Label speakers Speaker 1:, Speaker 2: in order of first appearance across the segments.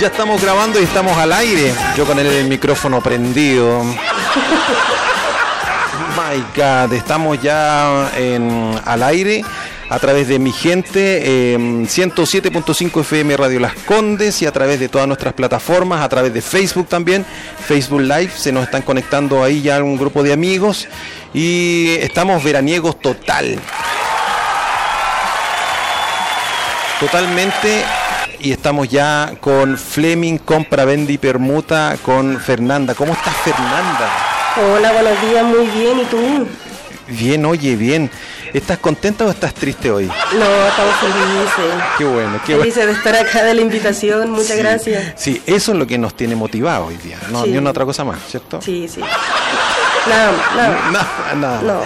Speaker 1: Ya estamos grabando y estamos al aire. Yo con el micrófono prendido. My God, estamos ya en, al aire a través de mi gente, eh, 107.5 FM Radio Las Condes y a través de todas nuestras plataformas, a través de Facebook también, Facebook Live, se nos están conectando ahí ya un grupo de amigos y estamos veraniegos total. Totalmente y estamos ya con Fleming, compra, vende y permuta con Fernanda. ¿Cómo estás Fernanda?
Speaker 2: Hola, buenos días, muy bien, ¿y tú?
Speaker 1: Bien, oye, bien. ¿Estás contenta o estás triste hoy?
Speaker 2: No, estamos felices.
Speaker 1: Qué bueno, qué bueno.
Speaker 2: Felices de estar acá, de la invitación, muchas
Speaker 1: Sí,
Speaker 2: gracias.
Speaker 1: Sí, eso es lo que nos tiene motivados hoy día. No,
Speaker 2: Sí.
Speaker 1: ni una otra cosa más, ¿cierto?
Speaker 2: Sí, sí. Nada, más, nada. más.
Speaker 1: Nada, nada.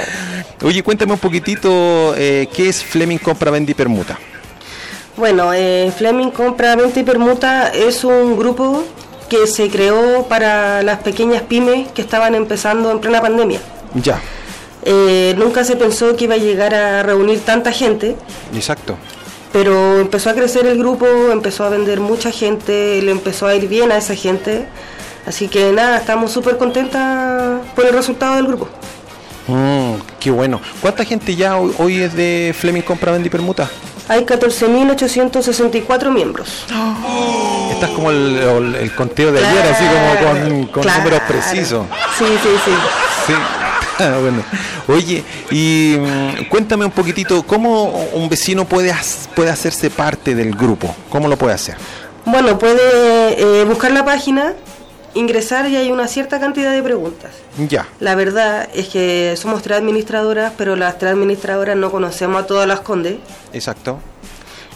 Speaker 2: No.
Speaker 1: Oye, cuéntame un poquitito eh, qué es Fleming Compra, Vende y Permuta.
Speaker 2: Bueno, eh, Fleming Compra, Venta y Permuta es un grupo que se creó para las pequeñas pymes que estaban empezando en plena pandemia.
Speaker 1: Ya,
Speaker 2: Eh, nunca se pensó que iba a llegar a reunir tanta gente,
Speaker 1: exacto.
Speaker 2: pero empezó a crecer el grupo, empezó a vender mucha gente, le empezó a ir bien a esa gente. Así que nada, estamos súper contentas por el resultado del grupo.
Speaker 1: Mm, qué bueno. ¿Cuánta gente ya hoy, hoy es de Fleming Compra, Vende y Permuta?
Speaker 2: Hay 14.864 miembros.
Speaker 1: Estás como el, el- el conteo de ayer, así como con, con
Speaker 2: Claro.
Speaker 1: números precisos.
Speaker 2: Sí, sí, sí.
Speaker 1: Sí. Ah, bueno. Oye, y mm, cuéntame un poquitito, ¿cómo un vecino puede, has- puede hacerse parte del grupo? ¿Cómo lo puede hacer?
Speaker 2: Bueno, puede eh, buscar la página, ingresar y hay una cierta cantidad de preguntas.
Speaker 1: Ya.
Speaker 2: La verdad es que somos tres administradoras, pero las tres administradoras no conocemos a todas las condes.
Speaker 1: Exacto.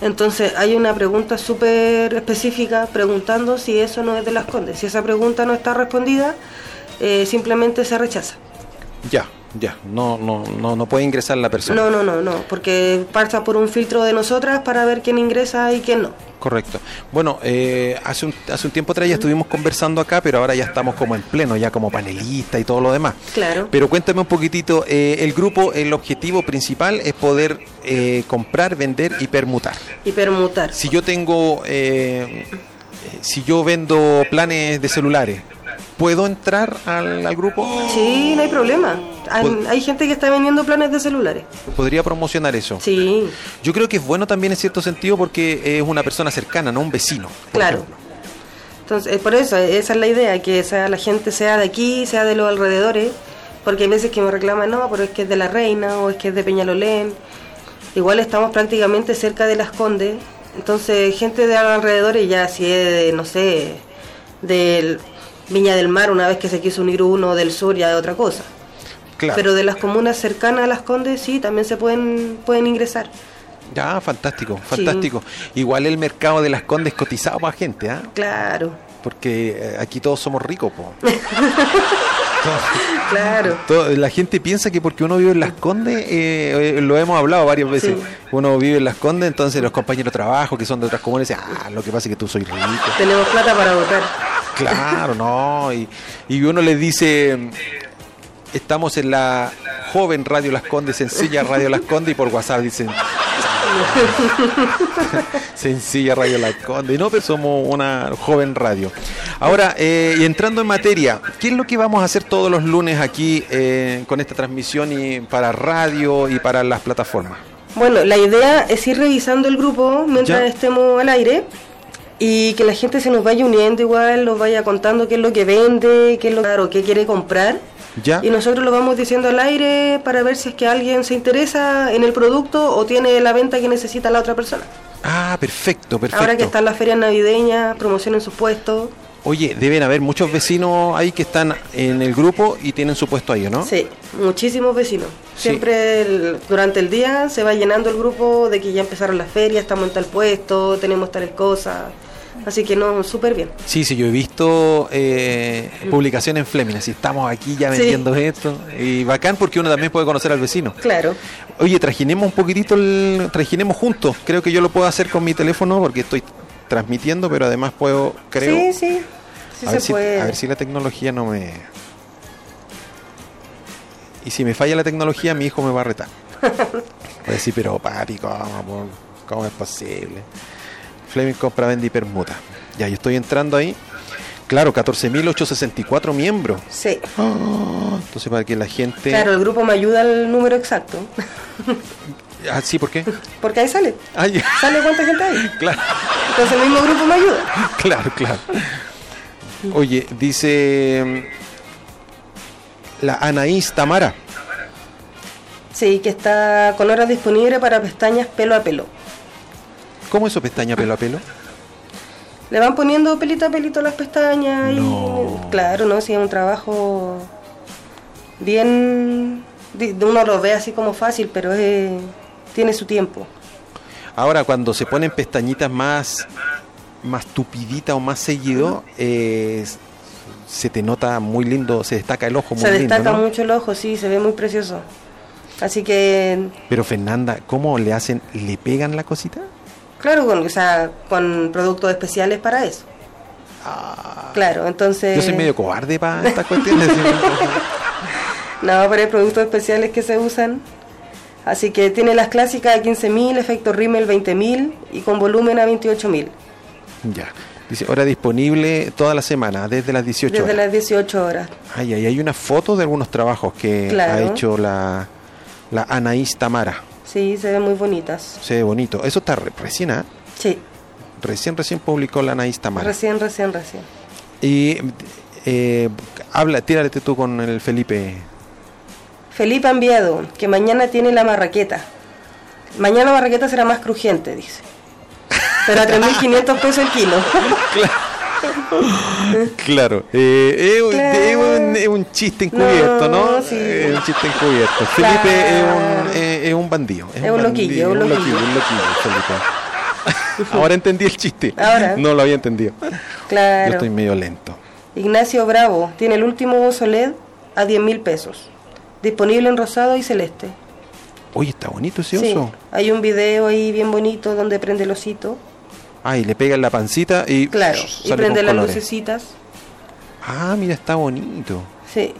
Speaker 2: Entonces hay una pregunta súper específica preguntando si eso no es de las condes. Si esa pregunta no está respondida, eh, simplemente se rechaza.
Speaker 1: Ya, ya. No, no, no, no puede ingresar la persona.
Speaker 2: No, no, no, no, porque pasa por un filtro de nosotras para ver quién ingresa y quién no.
Speaker 1: Correcto. Bueno, eh, hace, un, hace un tiempo atrás ya estuvimos conversando acá, pero ahora ya estamos como en pleno, ya como panelista y todo lo demás.
Speaker 2: Claro.
Speaker 1: Pero cuéntame un poquitito, eh, el grupo, el objetivo principal es poder eh, comprar, vender y permutar.
Speaker 2: Y permutar.
Speaker 1: Si yo tengo, eh, si yo vendo planes de celulares, ¿puedo entrar al, al grupo?
Speaker 2: Sí, no hay problema. Hay, hay gente que está vendiendo planes de celulares.
Speaker 1: ¿Podría promocionar eso?
Speaker 2: Sí,
Speaker 1: Yo creo que es bueno también en cierto sentido porque es una persona cercana, no un vecino. por
Speaker 2: claro.
Speaker 1: ejemplo.
Speaker 2: Entonces, eh, por eso, eh, esa es la idea, que sea, la gente sea de aquí, sea de los alrededores, porque hay veces que me reclaman, no, pero es que es de La Reina o es que es de Peñalolén. Igual estamos prácticamente cerca de Las Condes, entonces gente de los alrededores ya si es de, no sé, del Viña del Mar, una vez que se quiso unir uno del sur, ya es otra cosa.
Speaker 1: Claro.
Speaker 2: Pero de las comunas cercanas a Las Condes, sí, también se pueden, pueden ingresar.
Speaker 1: Ya, fantástico, fantástico. Igual el mercado de las condes cotizado para gente, ¿ah?
Speaker 2: Claro,
Speaker 1: Porque eh, aquí todos somos ricos, po.
Speaker 2: claro.
Speaker 1: Todo- la gente piensa que porque uno vive en las condes, eh, eh, lo hemos hablado varias veces,
Speaker 2: Sí.
Speaker 1: uno vive en las condes, entonces los compañeros de trabajo que son de otras comunas dicen, ah, lo que pasa es que tú soy rico.
Speaker 2: Tenemos plata para votar.
Speaker 1: Claro, no. Y, y uno les dice, estamos en la joven Radio Las Condes, sencilla Radio Las Condes, y por WhatsApp dicen, sencilla Radio Las Condes. No, pero somos una joven radio. Ahora, eh, y entrando en materia, ¿qué es lo que vamos a hacer todos los lunes aquí eh, con esta transmisión y para radio y para las plataformas?
Speaker 2: Bueno, la idea es ir revisando el grupo mientras
Speaker 1: Ya.
Speaker 2: estemos al aire y que la gente se nos vaya uniendo igual, nos vaya contando qué es lo que vende, qué es lo claro, qué quiere comprar.
Speaker 1: ¿Ya?
Speaker 2: Y nosotros lo vamos diciendo al aire para ver si es que alguien se interesa en el producto o tiene la venta que necesita la otra persona.
Speaker 1: Ah, perfecto, perfecto.
Speaker 2: Ahora que están las ferias navideñas, promocionen sus puestos.
Speaker 1: Oye, deben haber muchos vecinos ahí que están en el grupo y tienen su puesto ahí, ¿o ¿no?
Speaker 2: Sí, muchísimos vecinos.
Speaker 1: Sí.
Speaker 2: Siempre el- durante el día se va llenando el grupo de que ya empezaron las ferias, estamos en tal puesto, tenemos tales cosas. Así que no, súper bien.
Speaker 1: Sí, sí, yo he visto eh, publicaciones en Fleming, así estamos aquí ya
Speaker 2: Sí.
Speaker 1: vendiendo esto. Y bacán porque uno también puede conocer al vecino.
Speaker 2: Claro.
Speaker 1: Oye, trajinemos un poquitito, el, trajinemos juntos. Creo que yo lo puedo hacer con mi teléfono porque estoy transmitiendo, pero además puedo, creo...
Speaker 2: Sí, sí. Sí
Speaker 1: a,
Speaker 2: se
Speaker 1: ver si,
Speaker 2: puede.
Speaker 1: a ver si la tecnología no me... Y si me falla la tecnología, mi hijo me va a retar. Va a decir, pero papi, ¿cómo, po? ¿Cómo es posible? Flaming Compra Vende y Permuta. Ya, yo estoy entrando ahí. Claro, 14.864 miembros.
Speaker 2: Sí.
Speaker 1: Ah, entonces, para que la gente.
Speaker 2: Claro, el grupo me ayuda al número exacto.
Speaker 1: Ah, sí, ¿por qué?
Speaker 2: Porque ahí sale.
Speaker 1: Ay,
Speaker 2: Sale cuánta gente hay.
Speaker 1: claro,
Speaker 2: Entonces el mismo grupo me ayuda.
Speaker 1: claro, claro. Oye, dice. mm, La Anaís Tamara.
Speaker 2: Sí, que está con horas disponibles para pestañas pelo a pelo.
Speaker 1: ¿Cómo eso pestaña pelo a pelo?
Speaker 2: Le van poniendo pelito a pelito las pestañas
Speaker 1: No.
Speaker 2: y claro, no, sí es un trabajo bien di- uno lo ve así como fácil, pero es- tiene su tiempo.
Speaker 1: Ahora, cuando se ponen pestañitas más, más tupiditas o más seguido, eh, se te nota muy lindo, se destaca el ojo muy
Speaker 2: se
Speaker 1: lindo.
Speaker 2: destaca
Speaker 1: ¿no?
Speaker 2: mucho el ojo, sí, se ve muy precioso. Así que
Speaker 1: Pero Fernanda, ¿cómo le hacen? ¿Le pegan la cosita?
Speaker 2: claro, con, o sea, con productos especiales para eso. Claro, entonces
Speaker 1: Ah. Yo soy medio cobarde para estas cuestiones.
Speaker 2: No, pero hay productos especiales que se usan. Así que tiene las clásicas de 15.000, efecto rímel 20.000 y con volumen a 28.000.
Speaker 1: ya. Dice, hora disponible toda la semana, desde las 18
Speaker 2: Desde
Speaker 1: horas.
Speaker 2: las 18 horas.
Speaker 1: Ay, ay, hay una foto de algunos trabajos que ha
Speaker 2: Claro.
Speaker 1: hecho la, la Anaís Tamara.
Speaker 2: Sí, se ven muy bonitas.
Speaker 1: Se ve bonito. Eso está re- recién, ¿ah?
Speaker 2: Sí,
Speaker 1: Recién, recién publicó la Anaís Tamara.
Speaker 2: recién, recién, recién.
Speaker 1: Y eh, habla, tírate tú con el Felipe.
Speaker 2: Felipe ha enviado que mañana tiene la marraqueta. Mañana la marraqueta será más crujiente, dice. Pero a 3.500 pesos el kilo.
Speaker 1: Claro. Eh, es, un-
Speaker 2: Claro.
Speaker 1: es un, es un chiste encubierto, ¿no?
Speaker 2: No, sí.
Speaker 1: Es un chiste encubierto.
Speaker 2: Claro.
Speaker 1: Felipe es un, eh, es un bandido.
Speaker 2: Es un loquillo,
Speaker 1: bandido,
Speaker 2: es un loquillo.
Speaker 1: un Felipe. Ahora entendí el chiste.
Speaker 2: Ahora.
Speaker 1: No lo había entendido. Yo
Speaker 2: Claro.
Speaker 1: estoy medio lento.
Speaker 2: Ignacio Bravo tiene el último bolso LED a 10.000 pesos. Disponible en rosado y celeste.
Speaker 1: Oye, está bonito ese
Speaker 2: Sí,
Speaker 1: oso.
Speaker 2: hay un video ahí bien bonito donde prende el osito.
Speaker 1: Ah, y le pega en la pancita y.
Speaker 2: Claro, y
Speaker 1: sale
Speaker 2: prende
Speaker 1: con
Speaker 2: las
Speaker 1: colores.
Speaker 2: lucecitas.
Speaker 1: Ah, mira, está bonito.
Speaker 2: Sí,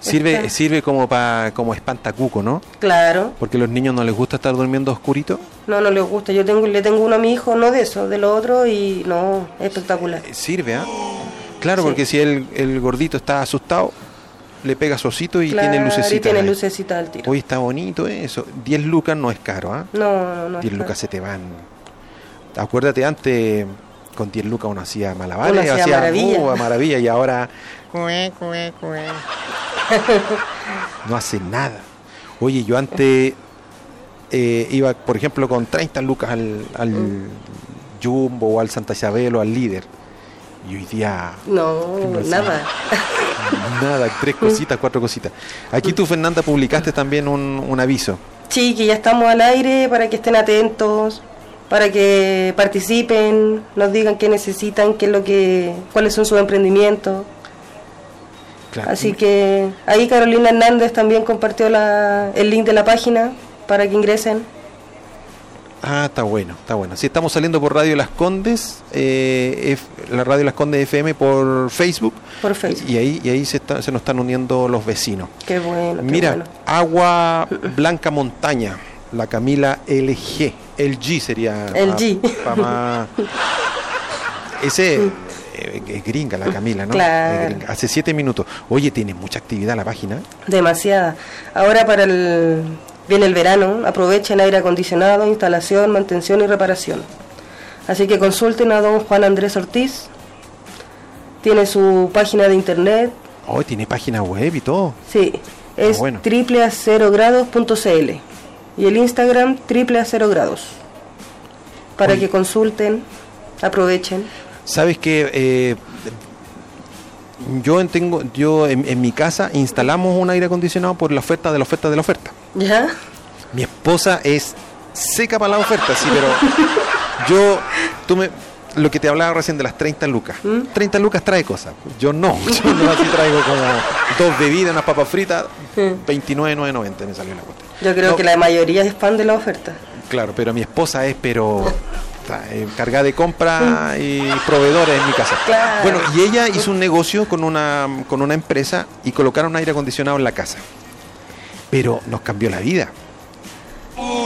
Speaker 1: Sirve,
Speaker 2: Está.
Speaker 1: sirve como para como espantacuco, ¿no?
Speaker 2: claro.
Speaker 1: Porque a los niños no les gusta estar durmiendo oscurito.
Speaker 2: No, no le gusta. Yo tengo, le tengo uno a mi hijo, no de eso, de lo otro, y no, espectacular.
Speaker 1: Eh, Sirve, ¿ah? Claro,
Speaker 2: Sí.
Speaker 1: porque si el, el gordito está asustado, le pega su osito y
Speaker 2: Claro,
Speaker 1: tiene lucecita.
Speaker 2: Y tiene
Speaker 1: ahí.
Speaker 2: lucecita al tiro.
Speaker 1: Hoy está bonito eso. 10 lucas no es caro, ¿ah?
Speaker 2: No, no, no.
Speaker 1: 10
Speaker 2: está.
Speaker 1: lucas se te van. Acuérdate, antes con 10 lucas uno hacía malabares,
Speaker 2: Uno hacía maravilla.
Speaker 1: uh, maravilla, y ahora. cué, cué, cué. no hace nada. Oye, yo antes eh, iba, por ejemplo, con 30 lucas al, al
Speaker 2: Mm.
Speaker 1: Jumbo o al Santa Isabel o al líder. Y hoy día
Speaker 2: No,
Speaker 1: No sé.
Speaker 2: nada.
Speaker 1: nada,
Speaker 2: Mm.
Speaker 1: tres cositas, cuatro cositas. Aquí tú, Fernanda, publicaste también un, un aviso.
Speaker 2: Sí, que ya estamos al aire para que estén atentos, para que participen, nos digan qué necesitan, qué es lo que, cuáles son sus emprendimientos.
Speaker 1: Claro.
Speaker 2: Así que ahí Carolina Hernández también compartió la- el link de la página para que ingresen.
Speaker 1: Ah, está bueno, está bueno. Si estamos saliendo por Radio Las Condes, eh, F- la Radio Las Condes FM por Facebook.
Speaker 2: Por Facebook.
Speaker 1: Y ahí, y ahí se, está- se nos están uniendo los vecinos.
Speaker 2: Qué bueno, qué
Speaker 1: Mira,
Speaker 2: bueno.
Speaker 1: Agua Blanca Montaña, la Camila LG. El G sería.
Speaker 2: LG.
Speaker 1: pa- pa' más- Ese eh, es gringa la Camila, ¿no?
Speaker 2: Claro.
Speaker 1: Es gringa. Hace siete minutos. Oye, tiene mucha actividad la página.
Speaker 2: Demasiada. Ahora para el viene el verano, aprovechen aire acondicionado, instalación, mantención y reparación. Así que consulten a don Juan Andrés Ortiz. Tiene su página de internet.
Speaker 1: Oh, tiene página web y todo.
Speaker 2: Sí, es
Speaker 1: Ah, bueno.
Speaker 2: triple a cero grados.cl y el Instagram triple a cero grados. Para
Speaker 1: Oye.
Speaker 2: que consulten, aprovechen.
Speaker 1: Sabes que eh, yo en tengo, yo en, en mi casa instalamos un aire acondicionado por la oferta de la oferta de la oferta.
Speaker 2: ¿Ya?
Speaker 1: Mi esposa es seca para la oferta, sí, pero yo, tú me, lo que te hablaba recién de las 30 lucas.
Speaker 2: ¿Mm?
Speaker 1: 30 lucas trae cosas. Yo no, yo no así traigo como dos bebidas, unas papas fritas, 29.990 me salió la cuenta.
Speaker 2: Yo creo
Speaker 1: No,
Speaker 2: que la mayoría es fan de la oferta.
Speaker 1: Claro, pero mi esposa es, pero ta, eh, cargada de compra y proveedores en mi casa.
Speaker 2: Claro.
Speaker 1: Bueno, y ella hizo un negocio con una, con una empresa y colocaron aire acondicionado en la casa. Pero nos cambió la vida.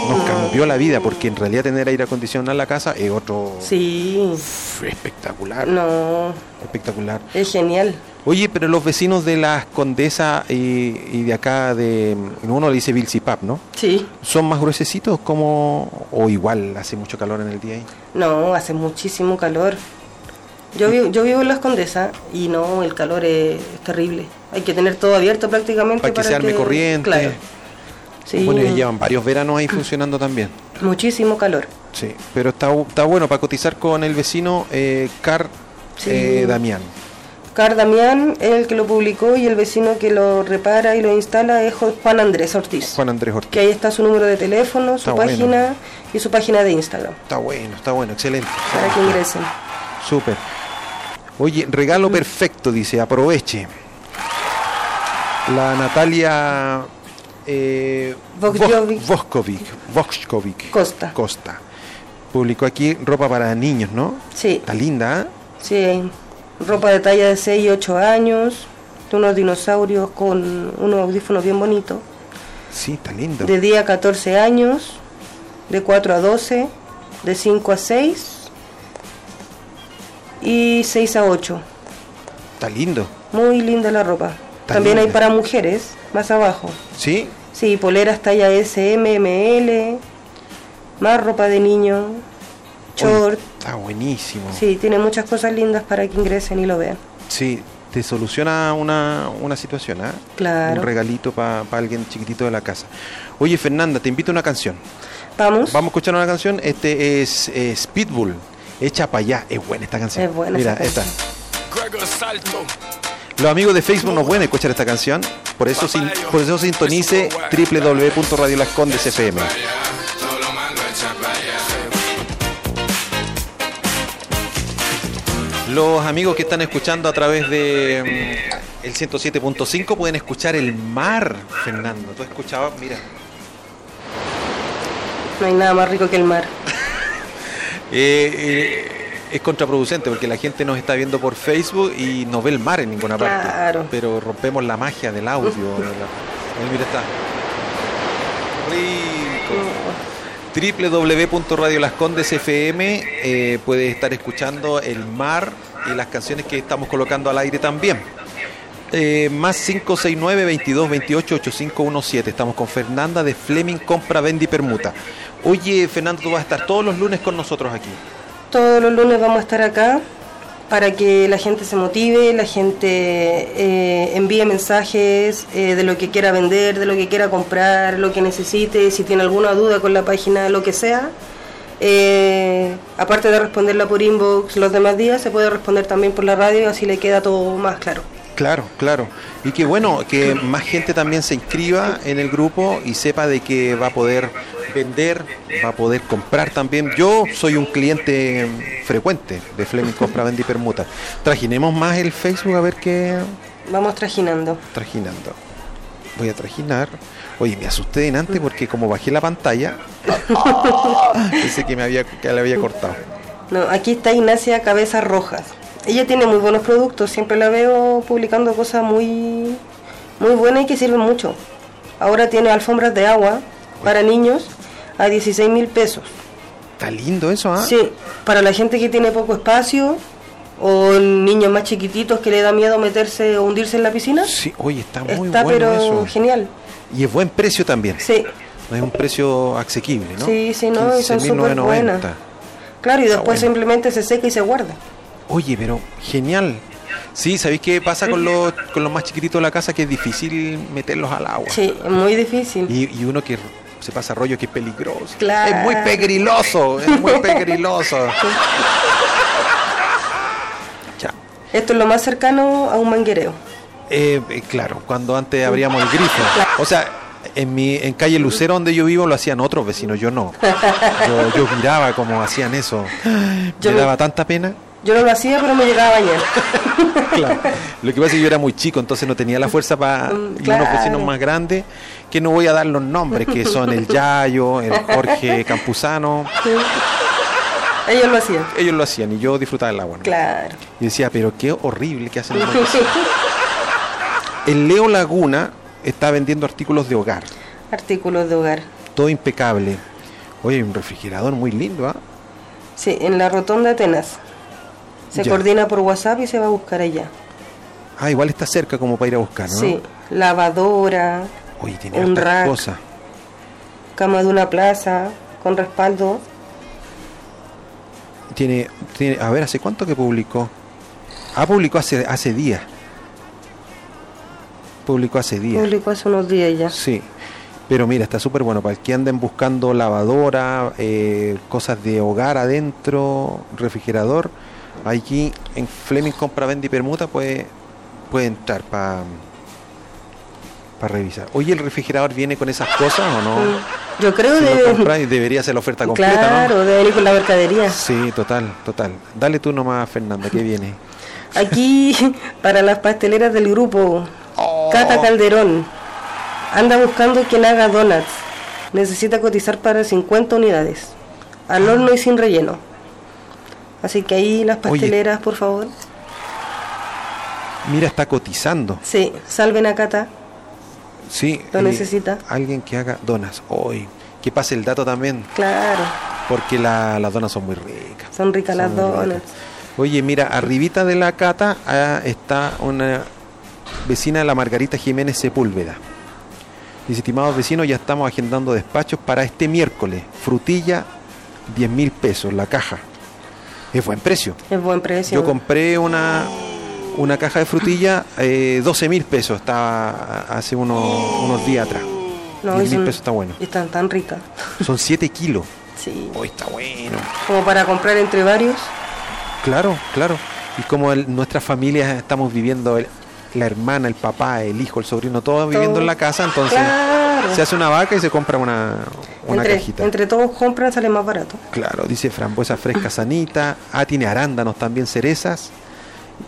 Speaker 1: Nos cambió la vida, porque en realidad tener aire acondicionado en la casa es otro
Speaker 2: Sí,
Speaker 1: Fue espectacular,
Speaker 2: no,
Speaker 1: espectacular.
Speaker 2: es genial.
Speaker 1: Oye, pero los vecinos de las Condesa y, y de acá de uno le dice Vilsipap, ¿no?
Speaker 2: Sí,
Speaker 1: ¿Son más gruesecitos como o igual hace mucho calor en el día ahí?
Speaker 2: no, hace muchísimo calor. Yo, vi- yo vivo en Las Condesas y no, el calor es, es terrible. Hay que tener todo abierto prácticamente
Speaker 1: Para que se arme corriente.
Speaker 2: Claro. Sí,
Speaker 1: Bueno, y llevan varios veranos ahí funcionando también.
Speaker 2: muchísimo calor.
Speaker 1: Sí, pero está, bu- está bueno para cotizar con el vecino eh, Car
Speaker 2: Sí.
Speaker 1: eh, Damián.
Speaker 2: Car Damián es el que lo publicó y el vecino que lo repara y lo instala es Jo- Juan Andrés Ortiz.
Speaker 1: Juan Andrés Ortiz.
Speaker 2: Que ahí está su número de teléfono, su
Speaker 1: Está bueno.
Speaker 2: página y su página de Instagram.
Speaker 1: Está bueno, está bueno, excelente.
Speaker 2: Para que ingresen.
Speaker 1: Súper. Oye, regalo perfecto, dice, aproveche. La Natalia eh, Voj-
Speaker 2: Vojkovic.
Speaker 1: Vojkovic, Vojkovic.
Speaker 2: Costa.
Speaker 1: Costa. Publicó aquí ropa para niños, ¿no?
Speaker 2: Sí,
Speaker 1: Está linda, ¿eh?
Speaker 2: sí. Ropa de talla de 6 y 8 años, de unos dinosaurios con unos audífonos bien bonitos.
Speaker 1: Sí, está lindo.
Speaker 2: De día a 14 años, de 4 a 12, de 5 a 6 y 6 a 8.
Speaker 1: Está lindo.
Speaker 2: Muy linda la ropa.
Speaker 1: Está
Speaker 2: También hay
Speaker 1: linda.
Speaker 2: para mujeres, más abajo.
Speaker 1: ¿Sí?
Speaker 2: Sí, poleras talla S, M, ML, más ropa de niño, short.
Speaker 1: Oye, está buenísimo.
Speaker 2: Sí, tiene muchas cosas lindas para que ingresen y lo vean.
Speaker 1: Sí, te soluciona una, una situación, ¿ah?
Speaker 2: Claro.
Speaker 1: Un regalito para alguien chiquitito de la casa. Oye, Fernanda, te invito a una canción.
Speaker 2: Vamos.
Speaker 1: Vamos a escuchar una canción. Este es, eh, Speedbull. Echa para allá. Es buena esta canción.
Speaker 2: Es buena
Speaker 1: Mira,
Speaker 2: esa canción.
Speaker 1: esta.
Speaker 3: Gregor Salto.
Speaker 1: Los amigos de Facebook nos pueden escuchar esta canción. Por eso, sin- por eso sintonice www.radiolascondesfm.
Speaker 3: Todo lo mando a Chapaya.
Speaker 1: Los amigos que están escuchando a través de mm, el 107.5 pueden escuchar el mar, Fernando. ¿Tú escuchabas? Mira.
Speaker 2: No hay nada más rico que el mar.
Speaker 1: Eh, eh, es contraproducente porque la gente nos está viendo por Facebook y no ve el mar en ninguna parte.
Speaker 2: Claro.
Speaker 1: Pero rompemos la magia del audio. de la- Ahí, mira, está. Rico. www.radiolascondesfm eh, puedes estar escuchando el mar y las canciones que estamos colocando al aire también. Eh, más 569 22 28 8517. Estamos con Fernanda de Fleming Compra Vendi Permuta. Oye, Fernando, tú vas a estar todos los lunes con nosotros aquí.
Speaker 2: Todos los lunes vamos a estar acá para que la gente se motive, la gente eh, envíe mensajes eh, de lo que quiera vender, de lo que quiera comprar, lo que necesite, si tiene alguna duda con la página, lo que sea. Eh, aparte de responderla por inbox los demás días, se puede responder también por la radio, así le queda todo más claro.
Speaker 1: Claro, claro. Y que bueno, que más gente también se inscriba en el grupo y sepa de que va a poder vender, va a poder comprar también. Yo soy un cliente mm, frecuente de Fleming Compra Vendi Permuta. Trajinemos más el Facebook a ver qué
Speaker 2: Vamos trajinando.
Speaker 1: trajinando. Voy a trajinar. Oye, me asusté en antes porque como bajé la pantalla, pensé que me había que la había cortado.
Speaker 2: No, aquí está Ignacia Cabezas Rojas. Ella tiene muy buenos productos, siempre la veo publicando cosas muy, muy buenas y que sirven mucho. Ahora tiene alfombras de agua para niños a 16 mil pesos.
Speaker 1: Está lindo eso, ¿ah?
Speaker 2: Sí, para la gente que tiene poco espacio o niños más chiquititos que le da miedo meterse o hundirse en la piscina.
Speaker 1: Sí, oye, está muy
Speaker 2: está
Speaker 1: bueno
Speaker 2: pero
Speaker 1: eso.
Speaker 2: genial.
Speaker 1: Y es buen precio también.
Speaker 2: Sí,
Speaker 1: Es un precio asequible, ¿no?
Speaker 2: sí, sí, no, y son súper
Speaker 1: 15.990.
Speaker 2: buenas. Claro, y
Speaker 1: Está
Speaker 2: después
Speaker 1: bueno.
Speaker 2: simplemente se seca y se guarda.
Speaker 1: Oye, pero genial. Sí, ¿sabéis qué pasa con los, con los más chiquititos de la casa? Que es difícil meterlos al agua.
Speaker 2: Sí, es muy difícil.
Speaker 1: Y, y uno que se pasa rollo que es peligroso.
Speaker 2: Claro.
Speaker 1: Es muy pegriloso, es muy pegriloso. ya.
Speaker 2: Esto es lo más cercano a un manguereo.
Speaker 1: Eh, eh, claro, cuando antes abríamos el grifo. O sea, en mi en calle Lucero donde yo vivo lo hacían otros vecinos, yo no. Yo, yo miraba cómo hacían eso.
Speaker 2: Yo
Speaker 1: me
Speaker 2: me-
Speaker 1: daba tanta pena.
Speaker 2: Yo no lo hacía, pero me llegaba a bañar.
Speaker 1: Claro. Lo que pasa es que yo era muy chico, entonces no tenía la fuerza para
Speaker 2: Mm,
Speaker 1: unos
Speaker 2: claro.
Speaker 1: vecinos más grandes, que no voy a dar los nombres, que son el Yayo, el Jorge Campuzano.
Speaker 2: Ellos lo hacían.
Speaker 1: Ellos lo hacían y yo disfrutaba del agua. ¿no?
Speaker 2: Claro.
Speaker 1: Y decía, pero qué horrible que hacen los vecinos. El Leo Laguna está vendiendo artículos de hogar,
Speaker 2: Artículos de hogar.
Speaker 1: todo impecable. Oye, un refrigerador muy lindo, ¿ah?
Speaker 2: Sí, en la rotonda de Atenas. Se
Speaker 1: Ya.
Speaker 2: coordina por WhatsApp y se va a buscar allá.
Speaker 1: Ah, igual está cerca como para ir a buscar, ¿no?
Speaker 2: Sí, lavadora,
Speaker 1: Oye, tiene
Speaker 2: Un
Speaker 1: hartas
Speaker 2: rack.
Speaker 1: cosas.
Speaker 2: cama de una plaza, con respaldo.
Speaker 1: Tiene, tiene, a ver, ¿hace cuánto que publicó? Ah, publicó hace, hace días. Publicó hace días.
Speaker 2: Publicó hace unos días ya.
Speaker 1: Sí, pero mira, está súper bueno. Para el que anden buscando lavadora, eh, cosas de hogar adentro, refrigerador, aquí en Fleming Compra, Vende y Permuta puede, puede entrar para revisar. Oye, ¿el refrigerador viene con esas cosas o no?
Speaker 2: Yo creo
Speaker 1: Si lo
Speaker 2: de...
Speaker 1: compráis, debería ser la oferta completa,
Speaker 2: Claro,
Speaker 1: ¿no?
Speaker 2: de venir con la mercadería.
Speaker 1: Sí, total, total. Dale tú nomás, Fernanda, que viene.
Speaker 2: Aquí, para las pasteleras del grupo,
Speaker 1: Oh.
Speaker 2: Cata Calderón anda buscando quien haga donuts. Necesita cotizar para 50 unidades. Al horno y sin relleno. Así que ahí las
Speaker 1: Oye.
Speaker 2: pasteleras, por favor.
Speaker 1: Mira, está cotizando.
Speaker 2: Sí, salven a Cata.
Speaker 1: Sí. eh,
Speaker 2: Lo necesita.
Speaker 1: Alguien que haga donas. Hoy. Que pase el dato también.
Speaker 2: Claro,
Speaker 1: Porque la- las donas son muy ricas.
Speaker 2: son ricas las
Speaker 1: Son ricas.
Speaker 2: donuts.
Speaker 1: Oye, mira, arribita de la cata ah, está una vecina de la Margarita Jiménez Sepúlveda. Mis estimados vecinos, ya estamos agendando despachos para este miércoles. Frutilla, 10 mil pesos la caja. Es buen precio.
Speaker 2: Es buen precio.
Speaker 1: Yo compré una, una caja de frutilla, eh, 12 mil pesos, estaba hace unos, unos días atrás.
Speaker 2: No,
Speaker 1: 10
Speaker 2: y
Speaker 1: mil
Speaker 2: son-
Speaker 1: pesos está bueno.
Speaker 2: y Están tan ricas.
Speaker 1: Son 7 kilos.
Speaker 2: Sí.
Speaker 1: Hoy está bueno.
Speaker 2: Como para comprar entre varios.
Speaker 1: Claro, claro. Y como el- nuestras familias estamos viviendo, el- la hermana, el papá, el hijo, el sobrino, todos viviendo en la casa, entonces
Speaker 2: Claro.
Speaker 1: se hace una vaca y se compra una, una
Speaker 2: entre,
Speaker 1: cajita.
Speaker 2: entre todos compran, sale más barato.
Speaker 1: Claro, dice frambuesa fresca sanita. Ah, tiene arándanos también, cerezas.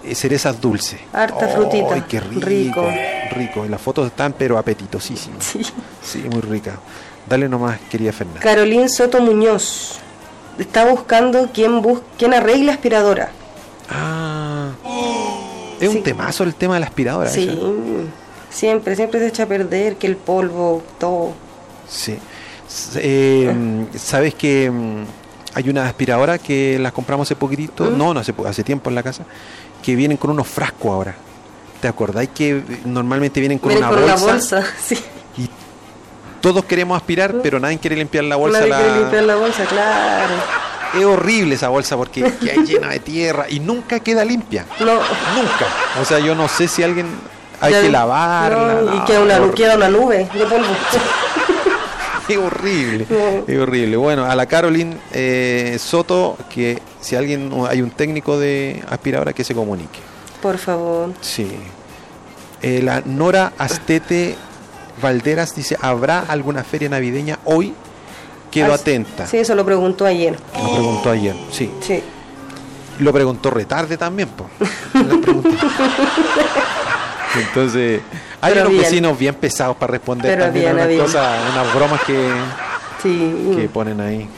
Speaker 1: eh, cerezas dulces.
Speaker 2: Harta
Speaker 1: ¡Ay,
Speaker 2: Ah, frutita,
Speaker 1: qué rico! Rico.
Speaker 2: rico.
Speaker 1: Y las fotos están, pero apetitosísimas.
Speaker 2: Sí.
Speaker 1: Sí, muy rica. Dale nomás, querida Fernanda.
Speaker 2: Carolín Soto Muñoz está buscando quien, bus quien arregle aspiradora.
Speaker 1: Ah. Es
Speaker 2: Sí.
Speaker 1: un temazo el tema de la aspiradora.
Speaker 2: Sí,
Speaker 1: esa.
Speaker 2: siempre, siempre se echa a perder que el polvo, todo.
Speaker 1: Sí. S- eh, mm, Sabes que mm, hay unas aspiradoras que las compramos hace poquitito,
Speaker 2: ¿Mm?
Speaker 1: no, no hace, po- hace tiempo en la casa, que vienen con unos frascos ahora. ¿Te acordáis que eh, normalmente vienen con,
Speaker 2: Vienen
Speaker 1: una,
Speaker 2: con
Speaker 1: bolsa,
Speaker 2: una bolsa, sí.
Speaker 1: Y todos queremos aspirar, pero nadie quiere limpiar la bolsa.
Speaker 2: Nadie
Speaker 1: la-
Speaker 2: quiere limpiar la bolsa, claro.
Speaker 1: Es horrible esa bolsa porque queda llena de tierra y nunca queda limpia.
Speaker 2: No,
Speaker 1: Nunca. O sea, yo no sé si alguien hay
Speaker 2: ya-
Speaker 1: que lavarla.
Speaker 2: no, y
Speaker 1: no,
Speaker 2: queda una,
Speaker 1: es
Speaker 2: nu-
Speaker 1: horrible.
Speaker 2: queda una nube de polvo.
Speaker 1: Es horrible,
Speaker 2: No.
Speaker 1: es horrible. Bueno, a la Caroline eh, Soto, que si alguien hay un técnico de aspiradora que se comunique.
Speaker 2: Por favor.
Speaker 1: Sí. Eh, la Nora Astete Valderas dice, ¿habrá alguna feria navideña hoy? Quedo
Speaker 2: Ah,
Speaker 1: atenta.
Speaker 2: Sí, eso lo preguntó ayer.
Speaker 1: Lo preguntó ayer, sí.
Speaker 2: Sí.
Speaker 1: Lo preguntó retarde también, po. La pregunta. Entonces, hay
Speaker 2: Pero
Speaker 1: unos
Speaker 2: bien.
Speaker 1: vecinos bien pesados para responder
Speaker 2: Pero
Speaker 1: también a unas
Speaker 2: bien, bien. Mm.
Speaker 1: cosas, unas bromas que,
Speaker 2: Sí.
Speaker 1: que ponen ahí.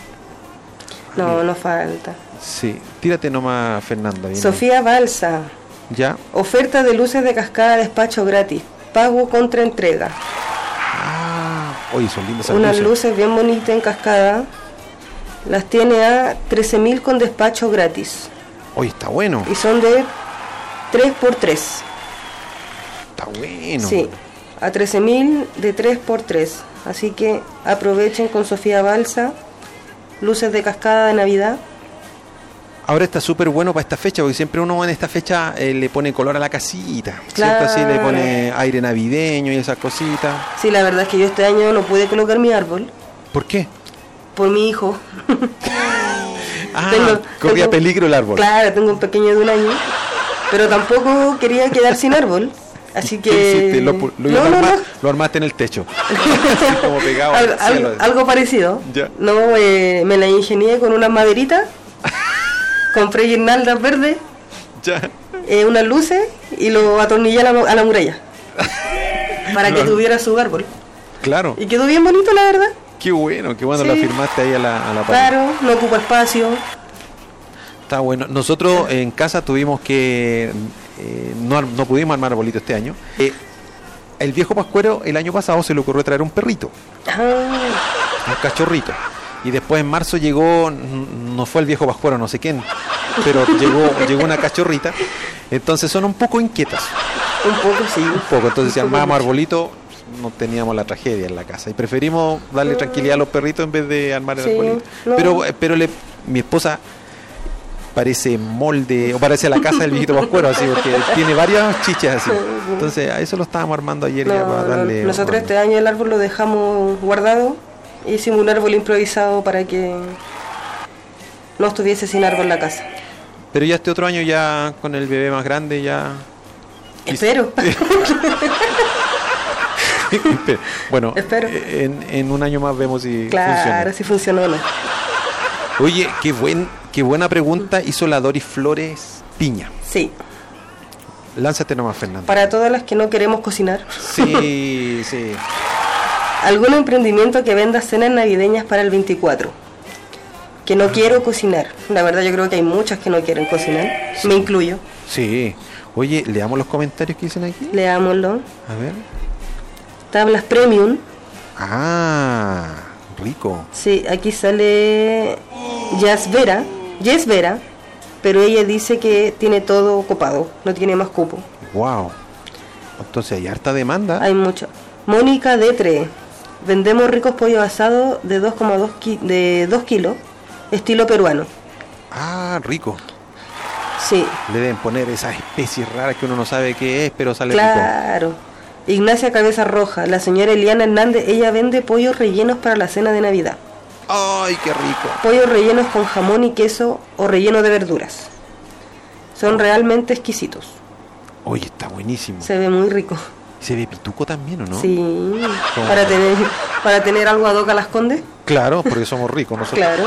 Speaker 2: No, no falta.
Speaker 1: Sí, tírate nomás, Fernanda. viene.
Speaker 2: Sofía Balsa,
Speaker 1: Ya.
Speaker 2: oferta de luces de cascada, despacho gratis, pago contra entrega.
Speaker 1: Ah, oye, son lindas esas
Speaker 2: Unas
Speaker 1: luces.
Speaker 2: luces bien bonitas en cascada, las tiene a 13.000 con despacho gratis
Speaker 1: Oye, está bueno.
Speaker 2: y son de 3x3.
Speaker 1: Está bueno.
Speaker 2: Sí, a 13.000 de 3x3. Así que aprovechen con Sofía Balsa, luces de cascada de Navidad.
Speaker 1: Ahora está súper bueno para esta fecha, porque siempre uno en esta fecha eh, le pone color a la casita. ¿Cierto?
Speaker 2: Claro.
Speaker 1: Así le pone aire navideño y esas cositas.
Speaker 2: Sí, la verdad es que yo este año no pude colocar mi árbol
Speaker 1: ¿Por qué?
Speaker 2: por mi hijo.
Speaker 1: Ah,
Speaker 2: Tengo-
Speaker 1: corría
Speaker 2: tengo-
Speaker 1: peligro el árbol.
Speaker 2: Claro, tengo un pequeño de un año, pero tampoco quería quedar sin árbol, así
Speaker 1: ¿Qué
Speaker 2: que...
Speaker 1: hiciste? Lo, pu- lo
Speaker 2: no,
Speaker 1: ibas a
Speaker 2: no,
Speaker 1: armar-
Speaker 2: no.
Speaker 1: lo armaste en el techo. Así como pegado al
Speaker 2: Al- al-
Speaker 1: cielo.
Speaker 2: algo parecido.
Speaker 1: Ya.
Speaker 2: No, eh, me la ingenié con unas maderitas, compré guirnaldas verdes,
Speaker 1: Ya.
Speaker 2: eh, unas luces y lo atornillé a la, mu- a la muralla para que
Speaker 1: Claro.
Speaker 2: tuviera su árbol.
Speaker 1: Claro.
Speaker 2: Y quedó bien bonito, la verdad.
Speaker 1: Qué bueno, qué bueno
Speaker 2: Sí.
Speaker 1: la firmaste ahí a la, a la pared.
Speaker 2: Claro, no ocupa espacio.
Speaker 1: Está bueno. Nosotros en casa tuvimos que. eh, no, ar- no pudimos armar arbolito este año. Eh, el viejo Pascuero el año pasado se le ocurrió traer un perrito,
Speaker 2: Ah,
Speaker 1: un cachorrito. Y después en marzo llegó, n- no fue el viejo Pascuero, no sé quién, pero llegó, llegó una cachorrita. Entonces son un poco inquietas,
Speaker 2: Un poco sí.
Speaker 1: un poco. Entonces si
Speaker 2: Un poco
Speaker 1: armábamos
Speaker 2: mucho.
Speaker 1: arbolito, no teníamos la tragedia en la casa. Y preferimos darle tranquilidad a los perritos en vez de armar el
Speaker 2: Sí,
Speaker 1: arbolito.
Speaker 2: no.
Speaker 1: Pero, eh, pero le- mi esposa parece molde, o parece la casa del viejito Pascuero, así, porque tiene varias chichas así. Entonces a eso lo estábamos armando ayer ya
Speaker 2: No,
Speaker 1: para
Speaker 2: no,
Speaker 1: darle...
Speaker 2: nosotros
Speaker 1: un-
Speaker 2: este año el árbol lo dejamos guardado. Hicimos un árbol improvisado para que no estuviese sin árbol la casa.
Speaker 1: Pero ya este otro año ya con el bebé más grande ya...
Speaker 2: Espero.
Speaker 1: bueno, eh,
Speaker 2: Espero.
Speaker 1: En, en un año más vemos si
Speaker 2: claro,
Speaker 1: funciona.
Speaker 2: si funcionó o no.
Speaker 1: Oye, qué, buen, qué buena pregunta hizo la Doris Flores Piña.
Speaker 2: Sí.
Speaker 1: Lánzate nomás, Fernando.
Speaker 2: Para todas las que no queremos cocinar.
Speaker 1: Sí, sí.
Speaker 2: ¿Algún emprendimiento que venda cenas navideñas para el 24? Que no quiero cocinar. La verdad yo creo que hay muchas que no quieren cocinar. Me incluyo.
Speaker 1: Sí. Oye, leamos los comentarios que dicen aquí.
Speaker 2: Leámoslo.
Speaker 1: A ver.
Speaker 2: Tablas premium.
Speaker 1: Ah, rico.
Speaker 2: Sí, aquí sale Jazz Vera. Jazz Vera. Pero ella dice que tiene todo copado. No tiene más cupo.
Speaker 1: Wow. Entonces hay harta demanda.
Speaker 2: Hay mucho. Mónica Detre. Vendemos ricos pollos asados de 2,2 ki- de 2 kilos. Estilo peruano.
Speaker 1: Ah, rico.
Speaker 2: Sí,
Speaker 1: Le deben poner esas especies raras que uno no sabe qué es, pero sale rico.
Speaker 2: Claro. Ignacia Cabeza Roja, la señora Eliana Hernández, ella vende pollos rellenos para la cena de Navidad.
Speaker 1: Ay, qué rico.
Speaker 2: Pollos rellenos con jamón y queso o relleno de verduras. Son realmente exquisitos.
Speaker 1: Oye, está buenísimo.
Speaker 2: Se ve muy rico.
Speaker 1: ¿Se ve pituco también o no?
Speaker 2: Sí.
Speaker 1: Son-
Speaker 2: Para tener, para tener algo a doca las condes.
Speaker 1: Claro, porque somos ricos, nosotros
Speaker 2: Claro.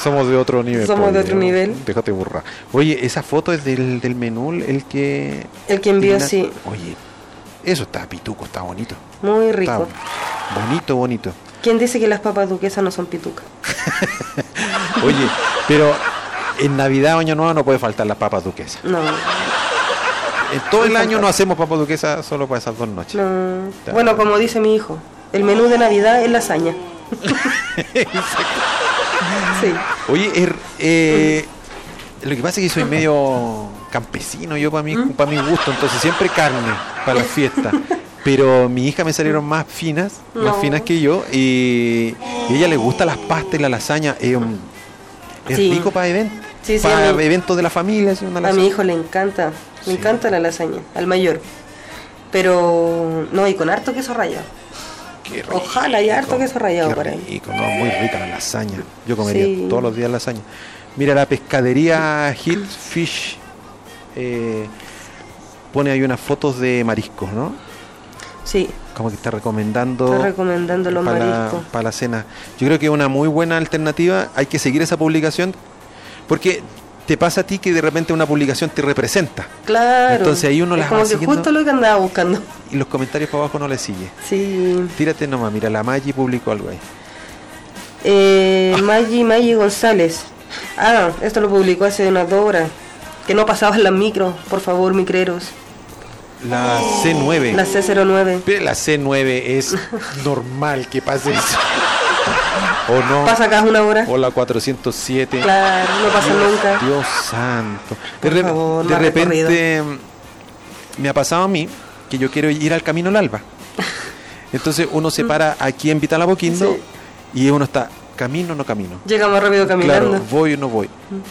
Speaker 1: somos de otro nivel.
Speaker 2: Somos
Speaker 1: Pauli,
Speaker 2: de otro
Speaker 1: ¿no?
Speaker 2: nivel.
Speaker 1: Déjate burra. Oye, esa foto es del, del menú, el que...
Speaker 2: El que envió,
Speaker 1: Ignacio-
Speaker 2: sí.
Speaker 1: Oye, eso está pituco, está bonito.
Speaker 2: Muy
Speaker 1: Está
Speaker 2: rico.
Speaker 1: bonito, bonito.
Speaker 2: ¿Quién dice que las papas duquesas no son pitucas?
Speaker 1: Oye, pero en Navidad, Año Nuevo no puede faltar las papas duquesas.
Speaker 2: No.
Speaker 1: En todo el año no hacemos papas duquesas solo para esas dos noches.
Speaker 2: no. Bueno, como dice mi hijo, el menú de Navidad es lasaña. sí.
Speaker 1: Oye, er- eh, lo que pasa es que soy medio campesino yo para mí,
Speaker 2: ¿Mm?
Speaker 1: para mi gusto, entonces siempre carne para las fiestas. Pero mi hija me salieron más finas, más
Speaker 2: No.
Speaker 1: finas que yo, y, y a ella le gusta las pastas y la lasaña. eh, mm, es
Speaker 2: Sí.
Speaker 1: rico para eventos,
Speaker 2: Sí, sí,
Speaker 1: para
Speaker 2: a mí-
Speaker 1: eventos de la familia, así, una
Speaker 2: A
Speaker 1: lasaña.
Speaker 2: mi hijo le encanta, le
Speaker 1: Sí.
Speaker 2: encanta la lasaña, al mayor. Pero no, y con harto queso rallado.
Speaker 1: Qué
Speaker 2: Ojalá haya harto queso rallado
Speaker 1: qué
Speaker 2: para él.
Speaker 1: rico, no, muy rica la lasaña. Yo comería
Speaker 2: Sí.
Speaker 1: todos los días lasaña. Mira, la pescadería Hit Fish eh, pone ahí unas fotos de mariscos, ¿no?
Speaker 2: Sí,
Speaker 1: Como que está recomendando.
Speaker 2: está recomendando los
Speaker 1: para la-
Speaker 2: mariscos.
Speaker 1: para la cena. Yo creo que es una muy buena alternativa. Hay que seguir esa publicación porque te pasa a ti que de repente una publicación te representa
Speaker 2: Claro.
Speaker 1: Entonces ahí uno
Speaker 2: es
Speaker 1: las va
Speaker 2: como que
Speaker 1: siguiendo.
Speaker 2: justo lo que andaba buscando.
Speaker 1: y los comentarios para abajo no le sigue.
Speaker 2: Sí.
Speaker 1: Tírate nomás, mira, la Maggi publicó algo ahí.
Speaker 2: Eh, Maggi, Maggi González. Ah, esto lo publicó hace unas dos horas. Que no pasaban las micros, por favor, micreros.
Speaker 1: La C9.
Speaker 2: La C09.
Speaker 1: Pero la C9 es normal que pase eso. o no.
Speaker 2: Pasa cada una hora.
Speaker 1: O la 407.
Speaker 2: Claro, no pasa
Speaker 1: Dios,
Speaker 2: nunca.
Speaker 1: Dios santo.
Speaker 2: Por
Speaker 1: de re-
Speaker 2: favor,
Speaker 1: de
Speaker 2: más
Speaker 1: repente mm, me ha pasado a mí que yo quiero ir al camino al alba. Entonces uno se para aquí en Vitala Boquindo y uno está camino o no camino.
Speaker 2: Llega más rápido caminando.
Speaker 1: Claro, voy o no voy.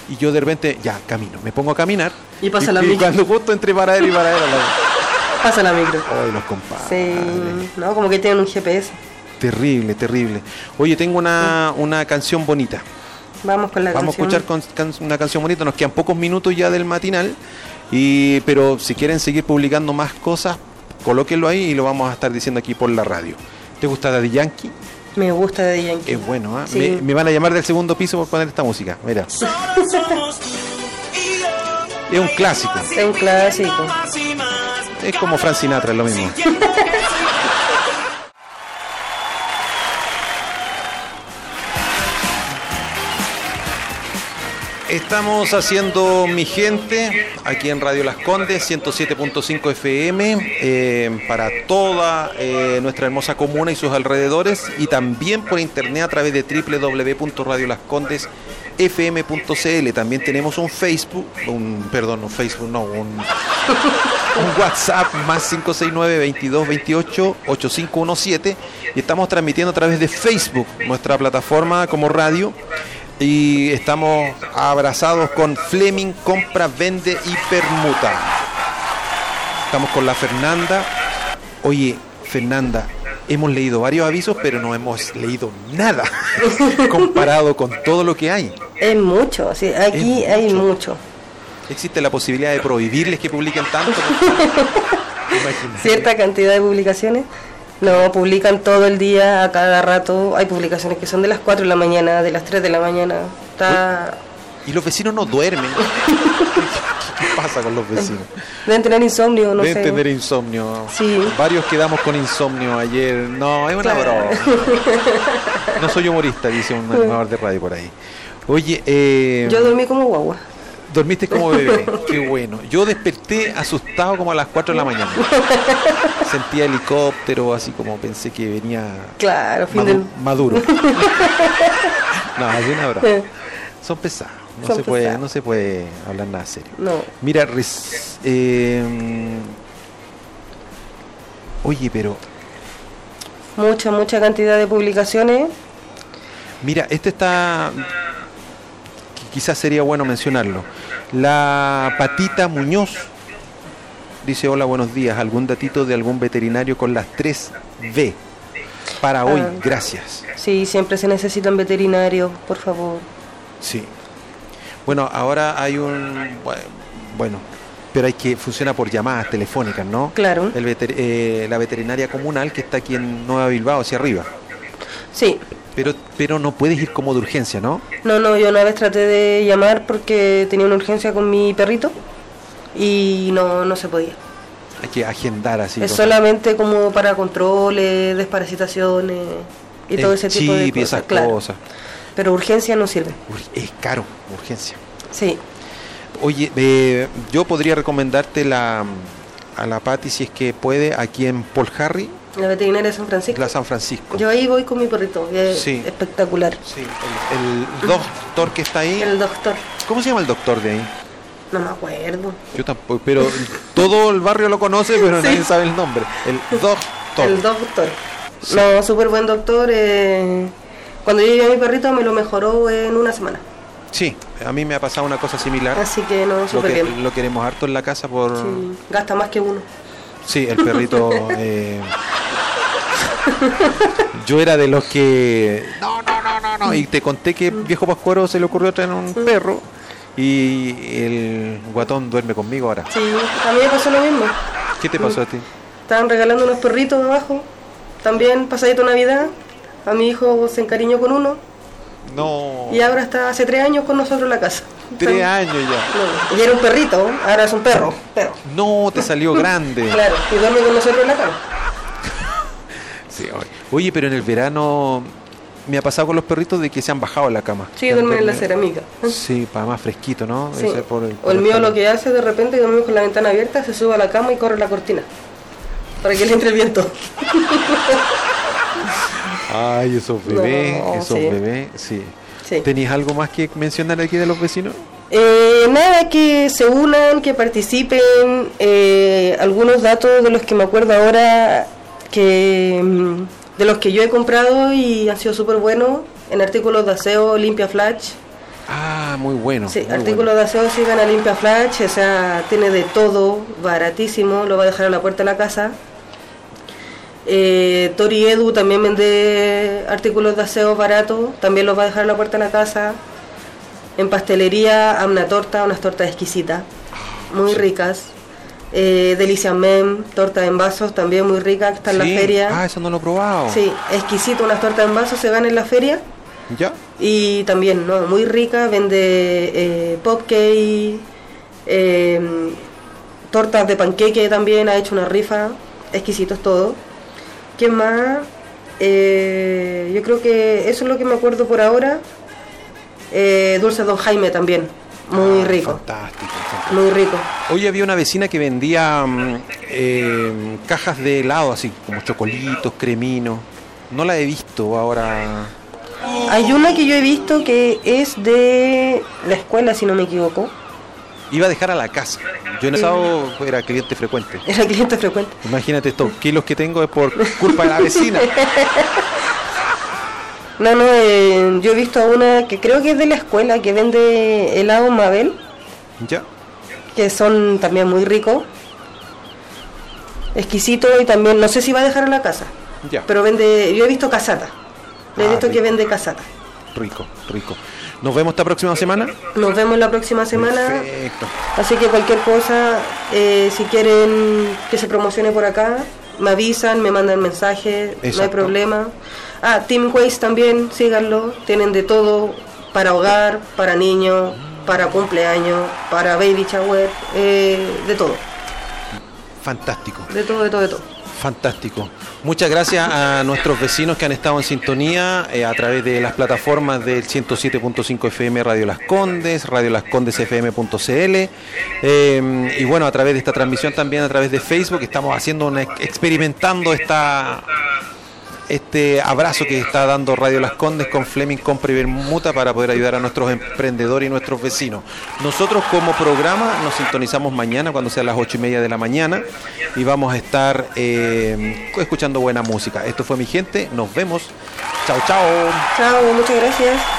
Speaker 1: Y yo de repente, ya, camino. Me pongo a caminar.
Speaker 2: Y pasa la micro.
Speaker 1: cuando justo entre paradero y paradero. la-
Speaker 2: Pasa la micro.
Speaker 1: Ay, los compadres.
Speaker 2: Sí, no, como que tienen un GPS.
Speaker 1: Terrible, terrible. Oye, tengo una, una canción bonita.
Speaker 2: Vamos con la
Speaker 1: Vamos a
Speaker 2: canción.
Speaker 1: escuchar con- can- una canción bonita. Nos quedan pocos minutos ya del matinal. Y, pero si quieren seguir publicando más cosas, colóquenlo ahí y lo vamos a estar diciendo aquí por la radio. ¿Te gusta Daddy Yankee?
Speaker 2: Me gusta de Yankee.
Speaker 1: Es bueno, ¿ah?
Speaker 2: Sí.
Speaker 1: me, me van a llamar del segundo piso por poner esta música. Mira. es un clásico.
Speaker 2: Es un clásico.
Speaker 1: Es como Frank Sinatra, es lo mismo. Estamos haciendo Mi Gente aquí en Radio Las Condes, 107.5 FM, eh, para toda eh, nuestra hermosa comuna y sus alrededores, y también por internet a través de www.radiolascondesfm.cl. También tenemos un Facebook, un, perdón, un Facebook, no, un, un WhatsApp más 569-2228-8517 y estamos transmitiendo a través de Facebook, nuestra plataforma como radio. Y estamos abrazados con Fleming, compra, vende y permuta. Estamos con la Fernanda. Oye, Fernanda, hemos leído varios avisos, pero no hemos leído nada comparado con todo lo que hay.
Speaker 2: Es mucho, sí, aquí
Speaker 1: Es
Speaker 2: hay
Speaker 1: mucho.
Speaker 2: mucho.
Speaker 1: Existe la posibilidad de prohibirles que publiquen tanto. Imagínate.
Speaker 2: Cierta cantidad de publicaciones. No, publican todo el día, a cada rato. Hay publicaciones que son de las 4 de la mañana, de las 3 de la mañana. Está...
Speaker 1: Y los vecinos no duermen. ¿Qué, qué pasa con los vecinos?
Speaker 2: Deben tener insomnio, no
Speaker 1: Deben
Speaker 2: sé.
Speaker 1: tener insomnio.
Speaker 2: Sí.
Speaker 1: Varios quedamos con insomnio ayer. No, es una
Speaker 2: Claro.
Speaker 1: broma. No soy humorista, dice un animador de radio por ahí. Oye, eh,
Speaker 2: Yo dormí como guagua.
Speaker 1: dormiste como bebé. Qué bueno. Yo desperté asustado como a las 4 de la mañana. Sentía helicóptero, así como pensé que venía
Speaker 2: Claro, fin
Speaker 1: Madu-
Speaker 2: del...
Speaker 1: Maduro. no, así no habrá. Son pesados. No
Speaker 2: Son
Speaker 1: se puede,
Speaker 2: pesados.
Speaker 1: no se puede hablar nada serio.
Speaker 2: No.
Speaker 1: Mira, res- eh, oye, pero
Speaker 2: Mucha, mucha cantidad de publicaciones.
Speaker 1: mira, este está qui- quizás sería bueno mencionarlo. La patita Muñoz dice hola, buenos días. Algún datito de algún veterinario con las 3 B para hoy.
Speaker 2: Ah.
Speaker 1: Gracias.
Speaker 2: Sí, siempre se necesitan veterinarios, por favor.
Speaker 1: Sí. Bueno, ahora hay un. bue- Bueno, pero hay que. Funciona por llamadas telefónicas, ¿no?
Speaker 2: Claro.
Speaker 1: El veter- eh, la veterinaria comunal que está aquí en Nueva Bilbao, hacia arriba.
Speaker 2: Sí.
Speaker 1: Pero, pero no puedes ir como de urgencia, ¿no?
Speaker 2: No, no, yo una vez traté de llamar porque tenía una urgencia con mi perrito y no, no se podía.
Speaker 1: Hay que agendar así.
Speaker 2: es
Speaker 1: con-
Speaker 2: solamente como para controles, desparasitaciones y
Speaker 1: el
Speaker 2: todo ese tipo de
Speaker 1: chip Eh, y
Speaker 2: cosas.
Speaker 1: esas
Speaker 2: claro.
Speaker 1: cosas.
Speaker 2: Pero urgencia no sirve.
Speaker 1: Ur- Es caro, urgencia.
Speaker 2: Sí.
Speaker 1: Oye, eh, yo podría recomendarte la, a la Patti, si es que puede, aquí en Paul Harry,
Speaker 2: La veterinaria de San Francisco.
Speaker 1: la San Francisco.
Speaker 2: Yo ahí voy con mi perrito, que es
Speaker 1: Sí.
Speaker 2: espectacular.
Speaker 1: Sí, el, el doctor que está ahí.
Speaker 2: El doctor,
Speaker 1: ¿Cómo se llama el doctor de ahí?
Speaker 2: no me acuerdo.
Speaker 1: Yo tampoco, pero todo el barrio lo conoce, pero
Speaker 2: Sí.
Speaker 1: nadie sabe el nombre. El doctor.
Speaker 2: El doctor. No, súper buen doctor. eh, Cuando yo llevé a mi perrito me lo mejoró en una semana.
Speaker 1: Sí, a mí me ha pasado una cosa similar.
Speaker 2: Así que no,
Speaker 1: Ah. lo,
Speaker 2: súper
Speaker 1: que,
Speaker 2: bien.
Speaker 1: lo queremos harto en la casa por...
Speaker 2: Sí, Gasta más que uno.
Speaker 1: Sí, el perrito... eh, Yo era de los que... No, no, no, no, no. Y te conté que viejo Pascuero se le ocurrió traer un perro y el guatón duerme conmigo ahora.
Speaker 2: Sí, a mí me pasó lo mismo.
Speaker 1: ¿Qué te pasó a ti?
Speaker 2: Estaban regalando unos perritos abajo. También pasadito Navidad. A mi hijo se encariñó con uno.
Speaker 1: No.
Speaker 2: Y ahora está hace tres años con nosotros en la casa.
Speaker 1: Oh. Tres
Speaker 2: Está-
Speaker 1: años ya.
Speaker 2: No, y era un perrito, ahora es un perro. Perro.
Speaker 1: No, te salió grande.
Speaker 2: Claro, y duerme con nosotros en la cama.
Speaker 1: Sí, oye. Oye, pero en el verano me ha pasado con los perritos de que se han bajado a la cama.
Speaker 2: Sí,
Speaker 1: Se han
Speaker 2: duermen en la
Speaker 1: dormido.
Speaker 2: cerámica.
Speaker 1: Sí, para más fresquito, ¿no? Debe
Speaker 2: Sí.
Speaker 1: ser por
Speaker 2: o
Speaker 1: por
Speaker 2: el mío
Speaker 1: calor.
Speaker 2: lo que hace de repente que dormimos con la ventana abierta, se sube a la cama y corre la cortina. Para que le entre el viento.
Speaker 1: Ay, esos bebés,
Speaker 2: No,
Speaker 1: esos
Speaker 2: sí.
Speaker 1: bebés, sí.
Speaker 2: Sí.
Speaker 1: ¿Tenías algo más que mencionar aquí de los vecinos?
Speaker 2: Eh, nada, que se unan, que participen. eh, algunos datos de los que me acuerdo ahora, que mm, de los que yo he comprado y han sido súper buenos. En artículos de aseo, limpia flash.
Speaker 1: Ah, muy bueno.
Speaker 2: Sí,
Speaker 1: muy
Speaker 2: artículos de aseo sigan a limpia flash. O sea, tiene de todo, baratísimo. Lo va a dejar a la puerta de la casa. Eh, Tori Edu también vende artículos de aseo baratos. También los va a dejar a la puerta de la casa. En pastelería, Amna Torta, unas tortas exquisitas, muy ricas. Eh, Delicia Mem, torta en vasos, también muy rica, está en
Speaker 1: Sí.
Speaker 2: la feria.
Speaker 1: Ah, eso no lo he probado.
Speaker 2: Sí, exquisito, unas tortas en vasos se van en la feria.
Speaker 1: ¿Ya?
Speaker 2: Y también, ¿no? Muy rica, vende eh, pop cake, eh, tortas de panqueque también, ha hecho una rifa, exquisitos todo. ¿Qué más? Eh, yo creo que eso es lo que me acuerdo por ahora. eh, dulces Don Jaime también, muy
Speaker 1: Ah,
Speaker 2: rico,
Speaker 1: Fantástico, fantástico.
Speaker 2: muy rico.
Speaker 1: Hoy había una vecina que vendía mm, eh, cajas de helado, así como chocolitos, creminos. No la he visto ahora.
Speaker 2: Hay una que yo he visto que es de la escuela, si no me equivoco,
Speaker 1: Iba a dejar a la casa. Yo en el sábado era cliente frecuente.
Speaker 2: era cliente frecuente.
Speaker 1: Imagínate estos kilos que tengo es por culpa de la vecina.
Speaker 2: No, no, eh, yo he visto a una que creo que es de la escuela, que vende helado Mabel,
Speaker 1: ¿Ya?
Speaker 2: que son también muy ricos, exquisito y también, no sé si va a dejar a la casa,
Speaker 1: Ya.
Speaker 2: pero vende, yo he visto casata, he
Speaker 1: Ah,
Speaker 2: visto que
Speaker 1: rico.
Speaker 2: vende casata.
Speaker 1: Rico, rico. Nos vemos esta próxima semana.
Speaker 2: Nos vemos la próxima semana.
Speaker 1: Perfecto.
Speaker 2: Así que cualquier cosa, eh, si quieren que se promocione por acá, me avisan, me mandan mensajes, no hay
Speaker 1: Exacto.
Speaker 2: problema. Ah, Team Waze también, síganlo, tienen de todo para hogar, para niños, para cumpleaños, para baby shower, eh, de todo,
Speaker 1: Fantástico.
Speaker 2: de todo, de todo, de todo.
Speaker 1: Fantástico. Muchas gracias a nuestros vecinos que han estado en sintonía eh, a través de las plataformas del 107.5 FM Radio Las Condes, Radio Las Condes FM.cl eh, y bueno, a través de esta transmisión también a través de Facebook estamos haciendo una, experimentando esta este abrazo que está dando Radio Las Condes con Fleming Compra y Bermuta para poder ayudar a nuestros emprendedores y nuestros vecinos. Nosotros como programa nos sintonizamos mañana cuando sean las ocho y media de la mañana y vamos a estar eh, escuchando buena música. Esto fue mi gente, nos vemos. Chao, chao.
Speaker 2: Chao, muchas gracias.